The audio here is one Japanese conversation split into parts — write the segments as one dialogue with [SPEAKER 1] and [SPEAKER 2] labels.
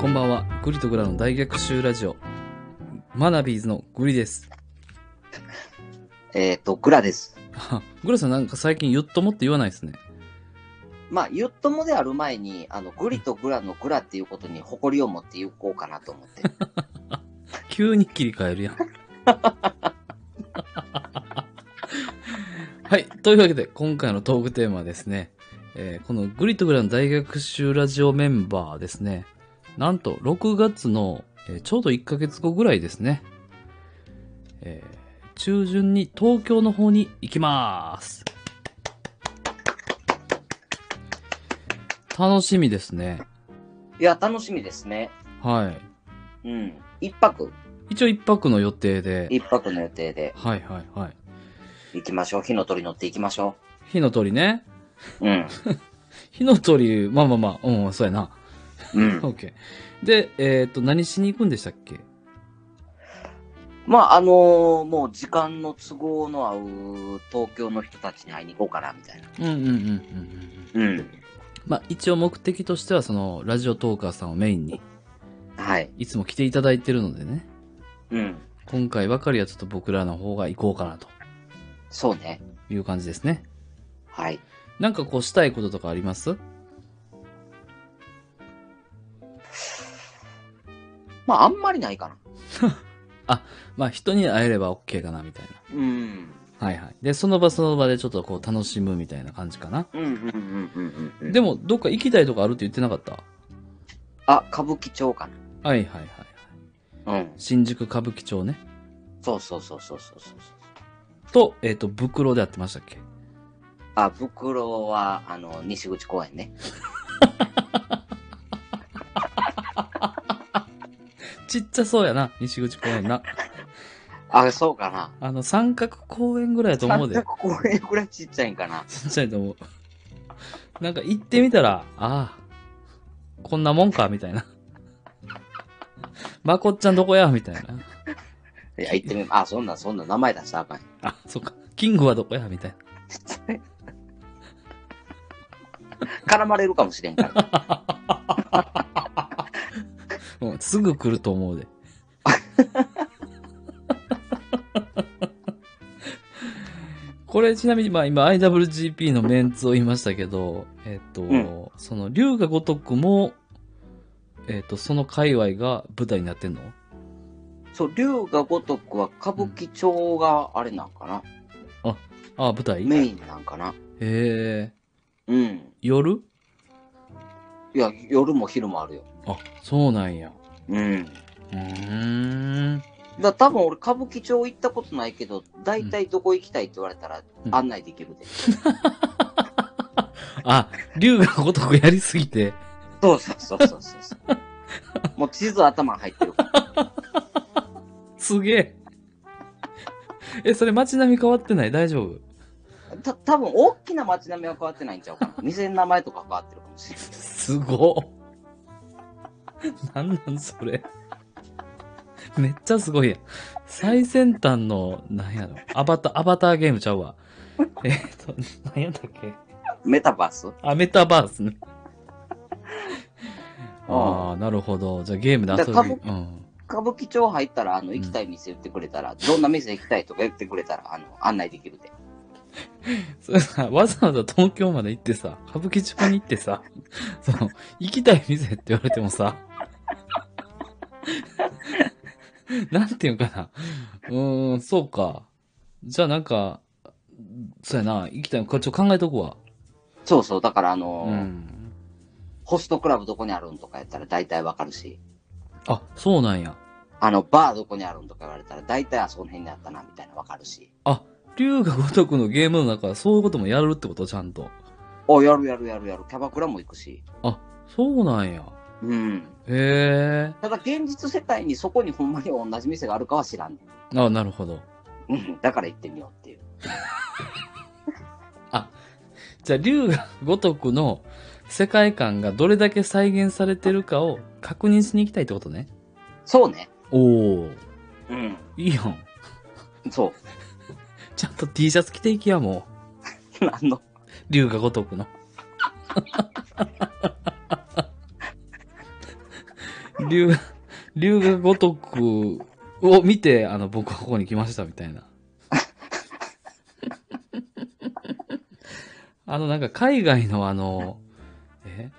[SPEAKER 1] こんばんは。グリとグラの大逆襲ラジオ。マナビーズのグリです。
[SPEAKER 2] えっ、と、グラです。
[SPEAKER 1] あグラさんなんか最近ゆっともって言わないですね。
[SPEAKER 2] まあ、ゆっともである前に、あの、グリとグラのグラっていうことに誇りを持って言こうかなと思って。
[SPEAKER 1] 急に切り替えるやん。 はい。というわけで、今回のトークテーマはですね、えーこのグリとグラの大学習ラジオメンバーですね、なんと6月の、えーちょうど1ヶ月後ぐらいですね、えー中旬に東京の方に行きます。楽しみですね。
[SPEAKER 2] いや、楽しみですね。
[SPEAKER 1] はい。
[SPEAKER 2] うん。一泊、
[SPEAKER 1] 一応一泊の予定で。
[SPEAKER 2] 一泊の予定で
[SPEAKER 1] はいはいはい。
[SPEAKER 2] 行きましょう。火の鳥乗って行きましょ
[SPEAKER 1] 火の鳥ね。
[SPEAKER 2] う。うん。
[SPEAKER 1] 火の鳥、まあまあまあ、うん、そうやな。オ
[SPEAKER 2] うん。
[SPEAKER 1] ッケー。で、えっ、と、何しに行くんでしたっけ
[SPEAKER 2] まあ、あのーもう時間の都合の合う東京の人たちに会いに行こうかな、みたいな。
[SPEAKER 1] うんうんうんうんうん。
[SPEAKER 2] うん。
[SPEAKER 1] まあ、一応目的としては、その、ラジオトーカーさんをメインに、
[SPEAKER 2] はい。
[SPEAKER 1] いつも来ていただいてるのでね。
[SPEAKER 2] うん。
[SPEAKER 1] 今回ばかりはちょっと僕らの方が行こうかなと
[SPEAKER 2] そうね。
[SPEAKER 1] いう感じですね。
[SPEAKER 2] はい。
[SPEAKER 1] なんかこうしたいこととかあります
[SPEAKER 2] まあ、あんまりないかな。
[SPEAKER 1] まあ、人に会えれば OK かな、みたいな。
[SPEAKER 2] うん。
[SPEAKER 1] はいはい。で、その場その場でちょっとこう楽しむみたいな感じかな。
[SPEAKER 2] うんうんうんうんうん。
[SPEAKER 1] で
[SPEAKER 2] も、
[SPEAKER 1] も、どっか行きたいとかあるって言ってなかった
[SPEAKER 2] あ、歌舞伎町か
[SPEAKER 1] はいはいはい。
[SPEAKER 2] な。うん。
[SPEAKER 1] 新宿歌舞伎町ね。
[SPEAKER 2] そうそうそうそうそうそうそう。
[SPEAKER 1] と、えっ、と、袋でやってましたっけ
[SPEAKER 2] あ、袋は、あの、西口公園ね。
[SPEAKER 1] ちっちゃそうやな、西口公園な。
[SPEAKER 2] あ、そうかな。
[SPEAKER 1] あの、三角公園ぐらいやと思うで。
[SPEAKER 2] 三角公園ぐらいちっちゃいんかな。
[SPEAKER 1] ちっちゃいと思う。なんか行ってみたら、ああ、こんなもんか、みたいな。まこっちゃんどこやみたいな。
[SPEAKER 2] いや、行ってみ、あ、そんな、そんな、名前出したらあかんよ。
[SPEAKER 1] あ、そっか。キングはどこやみたいな。
[SPEAKER 2] 絡まれるかもしれ んから。
[SPEAKER 1] うん、すぐ来ると 思うで。これちなみに、まあ今 IWGP のメンツを言いましたけど、えっ、と、
[SPEAKER 2] ん
[SPEAKER 1] その龍が如くも、えっ、と、その界隈が舞台になってんの
[SPEAKER 2] そう、竜が如くは歌舞伎町があれなんかな。
[SPEAKER 1] ああ、舞台
[SPEAKER 2] メ
[SPEAKER 1] へ
[SPEAKER 2] インなんかな。
[SPEAKER 1] え、
[SPEAKER 2] うん。
[SPEAKER 1] 夜
[SPEAKER 2] いや、夜も昼もあるよ。
[SPEAKER 1] あ、そうなんや。
[SPEAKER 2] うん。
[SPEAKER 1] うーん。
[SPEAKER 2] だ多分俺、歌舞伎町行ったことないけど、大体どこ行きたいって言われたら
[SPEAKER 1] う、ん
[SPEAKER 2] 案内できるで。
[SPEAKER 1] あ、龍が如くやりすぎて。
[SPEAKER 2] そうそうそうそうそう そう。もう地図頭に入ってるから。
[SPEAKER 1] すげえ。え、それ街並み変わってない大丈夫
[SPEAKER 2] た多分大きな街並みは変わってないんちゃう かな。店の名前とか変わってるかもしれない。
[SPEAKER 1] すごっ。なんなんそれ。めっちゃすごいやん。最先端の、なんやろ。アバター、アバターゲームちゃうわ。えっと、なんやったっけ
[SPEAKER 2] メタバース
[SPEAKER 1] あ、メタバースね。ああ、なるほど。じゃあゲームで遊
[SPEAKER 2] だから
[SPEAKER 1] び。うん。
[SPEAKER 2] 歌舞伎町入ったら、あの、行きたい店言ってくれたら、どんな店行きたいとか言ってくれたら、あの、案内できるで。
[SPEAKER 1] それさ、わざわざ東京まで行ってさ、歌舞伎町に行ってさ、その、行きたい店って言われてもさ、なんていうんかな。うーん、そうか。じゃあなんか、そうやな、行きたい、これちょっと考えとくわ。
[SPEAKER 2] そうそう、だからあ
[SPEAKER 1] う
[SPEAKER 2] の、
[SPEAKER 1] ん。
[SPEAKER 2] ホストクラブどこにあるんとかやったら大体わかるし、
[SPEAKER 1] あ、そうなんや。
[SPEAKER 2] あの、バーどこにあるんとか言われたら、大体あその辺にあったな、みたいなわかるし。
[SPEAKER 1] 龍が如くのゲームの中はそういうこともやるってことちゃんと。
[SPEAKER 2] お、やるやるやるやる、キャバクラも行くし。
[SPEAKER 1] あ、そうなんや。
[SPEAKER 2] うん。
[SPEAKER 1] へ
[SPEAKER 2] ただ現実世界にそこにほんまに同じ店があるかは知らんね
[SPEAKER 1] え。あ、なるほど。
[SPEAKER 2] ん。うん。だから行ってみようっていう。
[SPEAKER 1] じゃあ、龍が如くの世界観がどれだけ再現されてるかを確認しに行きたいってことね。
[SPEAKER 2] そうね。
[SPEAKER 1] おお、
[SPEAKER 2] うん。
[SPEAKER 1] いいやん。
[SPEAKER 2] そう。
[SPEAKER 1] ちゃんと T シャツ着ていきや、も
[SPEAKER 2] あ の、
[SPEAKER 1] う。龍が 如くの。竜が、竜が如くを見て、あの、僕はここに来ましたみたいな。 あの、なんか海外のあの、え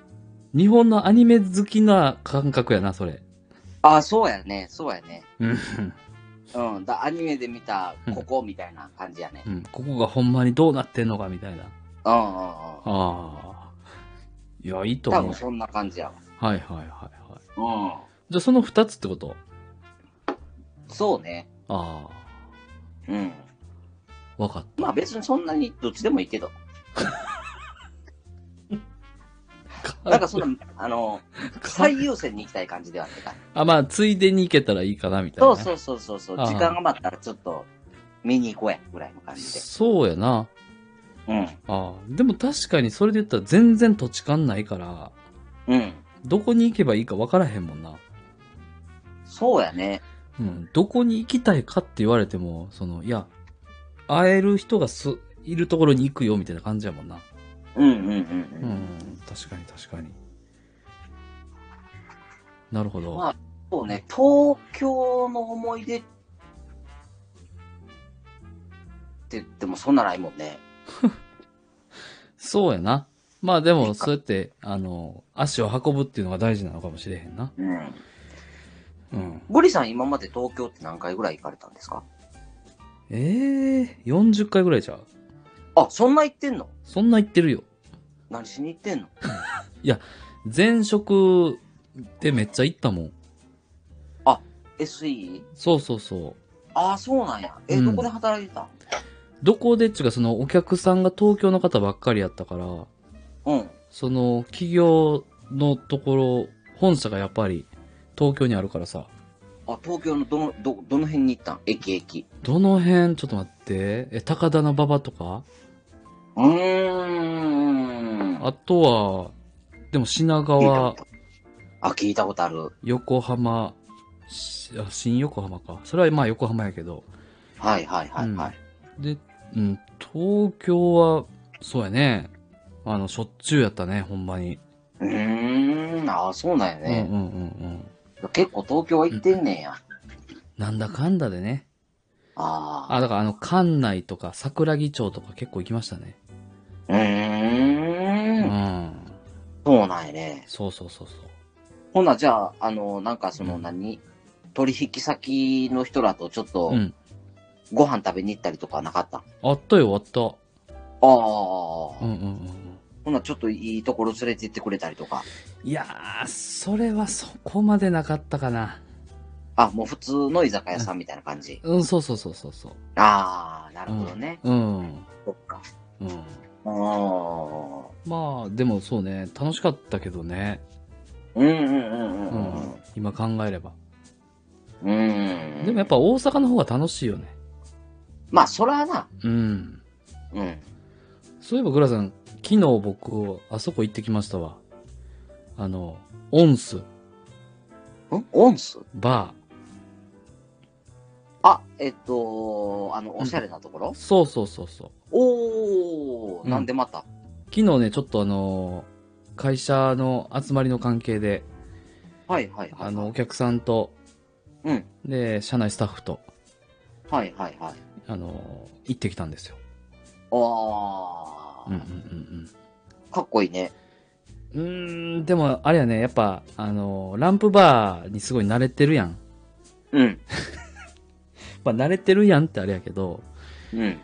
[SPEAKER 1] 日本のアニメ好きな感覚やな、それ。
[SPEAKER 2] ああ、そうやね、そうやね。
[SPEAKER 1] うん。
[SPEAKER 2] うん、だアニメで見たここみたいな感じやね。
[SPEAKER 1] うんここがほんまにどうなってんのかみたいな。
[SPEAKER 2] うんうんうん。
[SPEAKER 1] ああ。いや、いいと
[SPEAKER 2] 多
[SPEAKER 1] 思う
[SPEAKER 2] 分。そんな感じやわ。
[SPEAKER 1] はいはいはいはい。
[SPEAKER 2] う
[SPEAKER 1] じゃあその二つってこと
[SPEAKER 2] ん。そうね。
[SPEAKER 1] あ
[SPEAKER 2] うん。
[SPEAKER 1] あ、わかった。
[SPEAKER 2] まあ別にそんなにどっちでもいいけど。なんかその、あ の、最優先に行きたい感じではないか。
[SPEAKER 1] あ、まあ、ついでに行けたらいいかな、みたい
[SPEAKER 2] そ
[SPEAKER 1] な。
[SPEAKER 2] うそうそうそうそう。
[SPEAKER 1] ああ
[SPEAKER 2] 時間余ったらちょっと見に行こうや、ぐらいの感じで。
[SPEAKER 1] そうやな。
[SPEAKER 2] うん。
[SPEAKER 1] ああ。でも確かにそれで言ったら全然土地勘ないから、
[SPEAKER 2] うん。
[SPEAKER 1] どこに行けばいいか分からへんもんな。
[SPEAKER 2] そうやね。
[SPEAKER 1] うん。どこに行きたいかって言われても、その、いや、会える人がす、いるところに行くよ、みたいな感じやもんな。
[SPEAKER 2] うんうんう
[SPEAKER 1] う
[SPEAKER 2] んうん。
[SPEAKER 1] ん。確かに確かに。なるほど。
[SPEAKER 2] まあそうね、東京の思い出って言ってもそんなないもんね。
[SPEAKER 1] そうやな。まあでも、そうやって、あの、足を運ぶっていうのが大事なのかもしれへんな。
[SPEAKER 2] うん。
[SPEAKER 1] うん。
[SPEAKER 2] ゴリさん今まで東京って何回ぐらい行かれたんですか
[SPEAKER 1] ええ40回ぐらいじゃう
[SPEAKER 2] あ、そんな行ってんの
[SPEAKER 1] そんな言ってるよ。
[SPEAKER 2] 何しに行ってんの
[SPEAKER 1] 前職でめっちゃ行ったもん。
[SPEAKER 2] ?SE?
[SPEAKER 1] そうそうそう。
[SPEAKER 2] ああ、そうなんや。え、
[SPEAKER 1] うん
[SPEAKER 2] どこで働いてたん
[SPEAKER 1] どこでっちゅうか、そのお客さんが東京の方ばっかりやったから、
[SPEAKER 2] うん。
[SPEAKER 1] その企業のところ、本社がやっぱり東京にあるからさ。
[SPEAKER 2] あ、東京のどの、ど、どの辺に行ったん駅、駅。
[SPEAKER 1] どの辺、ちょっと待って、え、高田の馬場とか
[SPEAKER 2] うーん。
[SPEAKER 1] あとは、でも品
[SPEAKER 2] 聞いた
[SPEAKER 1] 川
[SPEAKER 2] こ、とある。あ、聞いたことある。
[SPEAKER 1] 横浜、しあ新横浜か。それはまあ横浜やけど。
[SPEAKER 2] はいはいはいはい。
[SPEAKER 1] で、うん、東京は、そうやね。あの、しょっちゅうやったね、ほんまに。
[SPEAKER 2] うーん、ああ、そうなんやね。
[SPEAKER 1] うんうんうんうん。
[SPEAKER 2] 結構東京は行ってんねんや。
[SPEAKER 1] なんだかんだでね。
[SPEAKER 2] ああ。
[SPEAKER 1] あ、だからあの、館内とか桜木町とか結構行きましたね。
[SPEAKER 2] う
[SPEAKER 1] う
[SPEAKER 2] ー。
[SPEAKER 1] んん。
[SPEAKER 2] そうなんやね。
[SPEAKER 1] そうそうそうそう。
[SPEAKER 2] ほな、じゃあ、あの、なんかその
[SPEAKER 1] うん
[SPEAKER 2] 何、取引先の人らとちょっと
[SPEAKER 1] うん。
[SPEAKER 2] ご飯食べに行ったりとかなかった、
[SPEAKER 1] あったよ、あった。
[SPEAKER 2] ああ。
[SPEAKER 1] うんうんうんうん。
[SPEAKER 2] ほな、ちょっといいところ連れて行ってくれたりとか。
[SPEAKER 1] いやー、それはそこまでなかったかな。
[SPEAKER 2] あ、もう普通の居酒屋さんみたいな感じ。
[SPEAKER 1] うん、そうそうそうそうそう。
[SPEAKER 2] ああ、なるほどね。
[SPEAKER 1] うん。
[SPEAKER 2] そっか。
[SPEAKER 1] うん。
[SPEAKER 2] ああ。
[SPEAKER 1] まあ、でもそうね、楽しかったけどね。
[SPEAKER 2] うんうん
[SPEAKER 1] う
[SPEAKER 2] うんうん
[SPEAKER 1] ん。今考えれば。
[SPEAKER 2] うん。うん。
[SPEAKER 1] でもやっぱ、大阪の方が楽しいよね。
[SPEAKER 2] まあ、そらな。
[SPEAKER 1] うん。
[SPEAKER 2] うん。
[SPEAKER 1] そういえば、グラさん、昨日僕、あそこ行ってきましたわ。あの、オンス、
[SPEAKER 2] んオンス
[SPEAKER 1] バ
[SPEAKER 2] あ、えっと、あの、おしゃれなところ、
[SPEAKER 1] ー。そうそうそうそう。
[SPEAKER 2] おー、なんでまた、
[SPEAKER 1] 昨日ね、ちょっとあの、会社の集まりの関係で、
[SPEAKER 2] はいはいはい。
[SPEAKER 1] あの、お、客さんと、
[SPEAKER 2] うん。
[SPEAKER 1] で、社内スタッフと、
[SPEAKER 2] はいはいはい。
[SPEAKER 1] あの、行ってきたんですよ。
[SPEAKER 2] あ
[SPEAKER 1] う
[SPEAKER 2] ー、
[SPEAKER 1] んうんうん
[SPEAKER 2] かっこいいね。
[SPEAKER 1] うん。うーん、でも、あれやね、やっぱ、あの、ランプバーにすごい慣れてるやん。
[SPEAKER 2] うん。
[SPEAKER 1] まあ、慣れてるやんってあれやけど、
[SPEAKER 2] うん。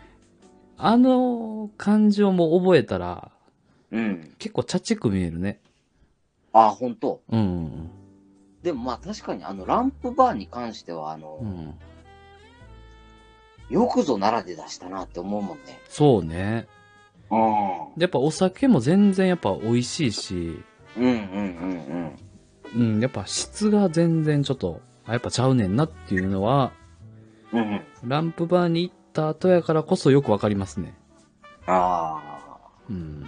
[SPEAKER 1] あの感じをもう覚えたら、
[SPEAKER 2] うん。
[SPEAKER 1] 結構チャチく見えるね。
[SPEAKER 2] あー、ほんと。
[SPEAKER 1] うんうん
[SPEAKER 2] でもまあ確かにあの、ランプバーに関しては、あの、
[SPEAKER 1] うん、うん。
[SPEAKER 2] よくぞ奈良で出したなって思うもんね。
[SPEAKER 1] そうね。
[SPEAKER 2] う
[SPEAKER 1] でやっぱお酒も全然やっぱ美味しいし、
[SPEAKER 2] ん。うんうんうんうん。
[SPEAKER 1] うん、やっぱ質が全然ちょっと、あ、やっぱちゃうねんなっていうのは、
[SPEAKER 2] うんうん。
[SPEAKER 1] ランプバーに行った後やからこそよくわかりますね。
[SPEAKER 2] あ
[SPEAKER 1] うん。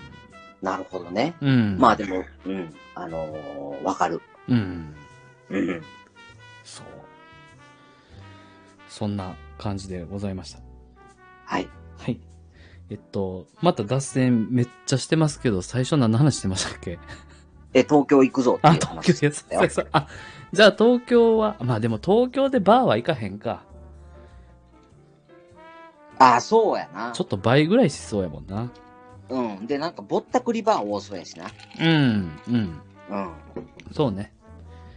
[SPEAKER 2] ー、なるほどね。
[SPEAKER 1] うん。
[SPEAKER 2] まあ
[SPEAKER 1] あ、
[SPEAKER 2] でも、うん。あのーわかる。
[SPEAKER 1] うん。
[SPEAKER 2] うん。
[SPEAKER 1] そう。そんな感じでございました。
[SPEAKER 2] はい。
[SPEAKER 1] はい。えっと、また脱線めっちゃしてますけど、最初何の話してましたっけ
[SPEAKER 2] え、東京行くぞってい
[SPEAKER 1] あ、
[SPEAKER 2] う
[SPEAKER 1] 東
[SPEAKER 2] 話
[SPEAKER 1] 京、いやそうそうそう。あ、じゃあ東京は、まあでも東京でバーは行かへんか。
[SPEAKER 2] あ、そうやな
[SPEAKER 1] ちょ。っと倍ぐらいしそうやもんな。
[SPEAKER 2] うん。で、なんかぼったくりバー多そうやしな。
[SPEAKER 1] うん、うん。そうね。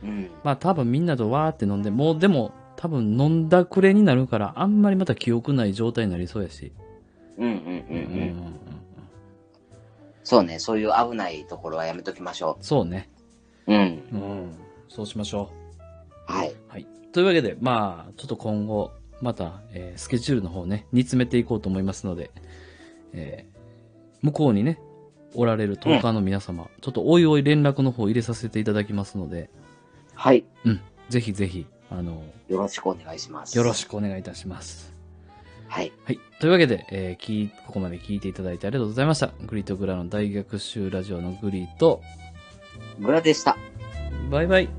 [SPEAKER 2] うん。うん。
[SPEAKER 1] まあ多分みんなとわーって飲んで、もうでも多分飲んだくれになるから、あんまりまた記憶ない状態になりそうやし。
[SPEAKER 2] うんうんうんう。
[SPEAKER 1] うんうんうんん
[SPEAKER 2] そうね。そういう危ないところはやめときましょ
[SPEAKER 1] そうね。
[SPEAKER 2] う。うん。
[SPEAKER 1] うん。そうしましょ
[SPEAKER 2] はい。
[SPEAKER 1] う。はい。というわけで、まあ、ちょっと今後、また、えースケジュールの方ね、煮詰めていこうと思いますので、えー向こうにね、おられるトーカーの皆様、ちょっとおいおい連絡の方入れさせていただきますので、
[SPEAKER 2] はい。
[SPEAKER 1] ぜひぜひ、あの、
[SPEAKER 2] よろしくお願いします。
[SPEAKER 1] よろし
[SPEAKER 2] く。
[SPEAKER 1] くお願いいたします。
[SPEAKER 2] はい。
[SPEAKER 1] はい。というわけで、えーき、ここまで聞いていただいてありがとうございました。グリとグラの大学習ラジオのグリと、
[SPEAKER 2] グラでした。
[SPEAKER 1] バイバイ。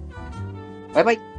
[SPEAKER 2] バイバイ。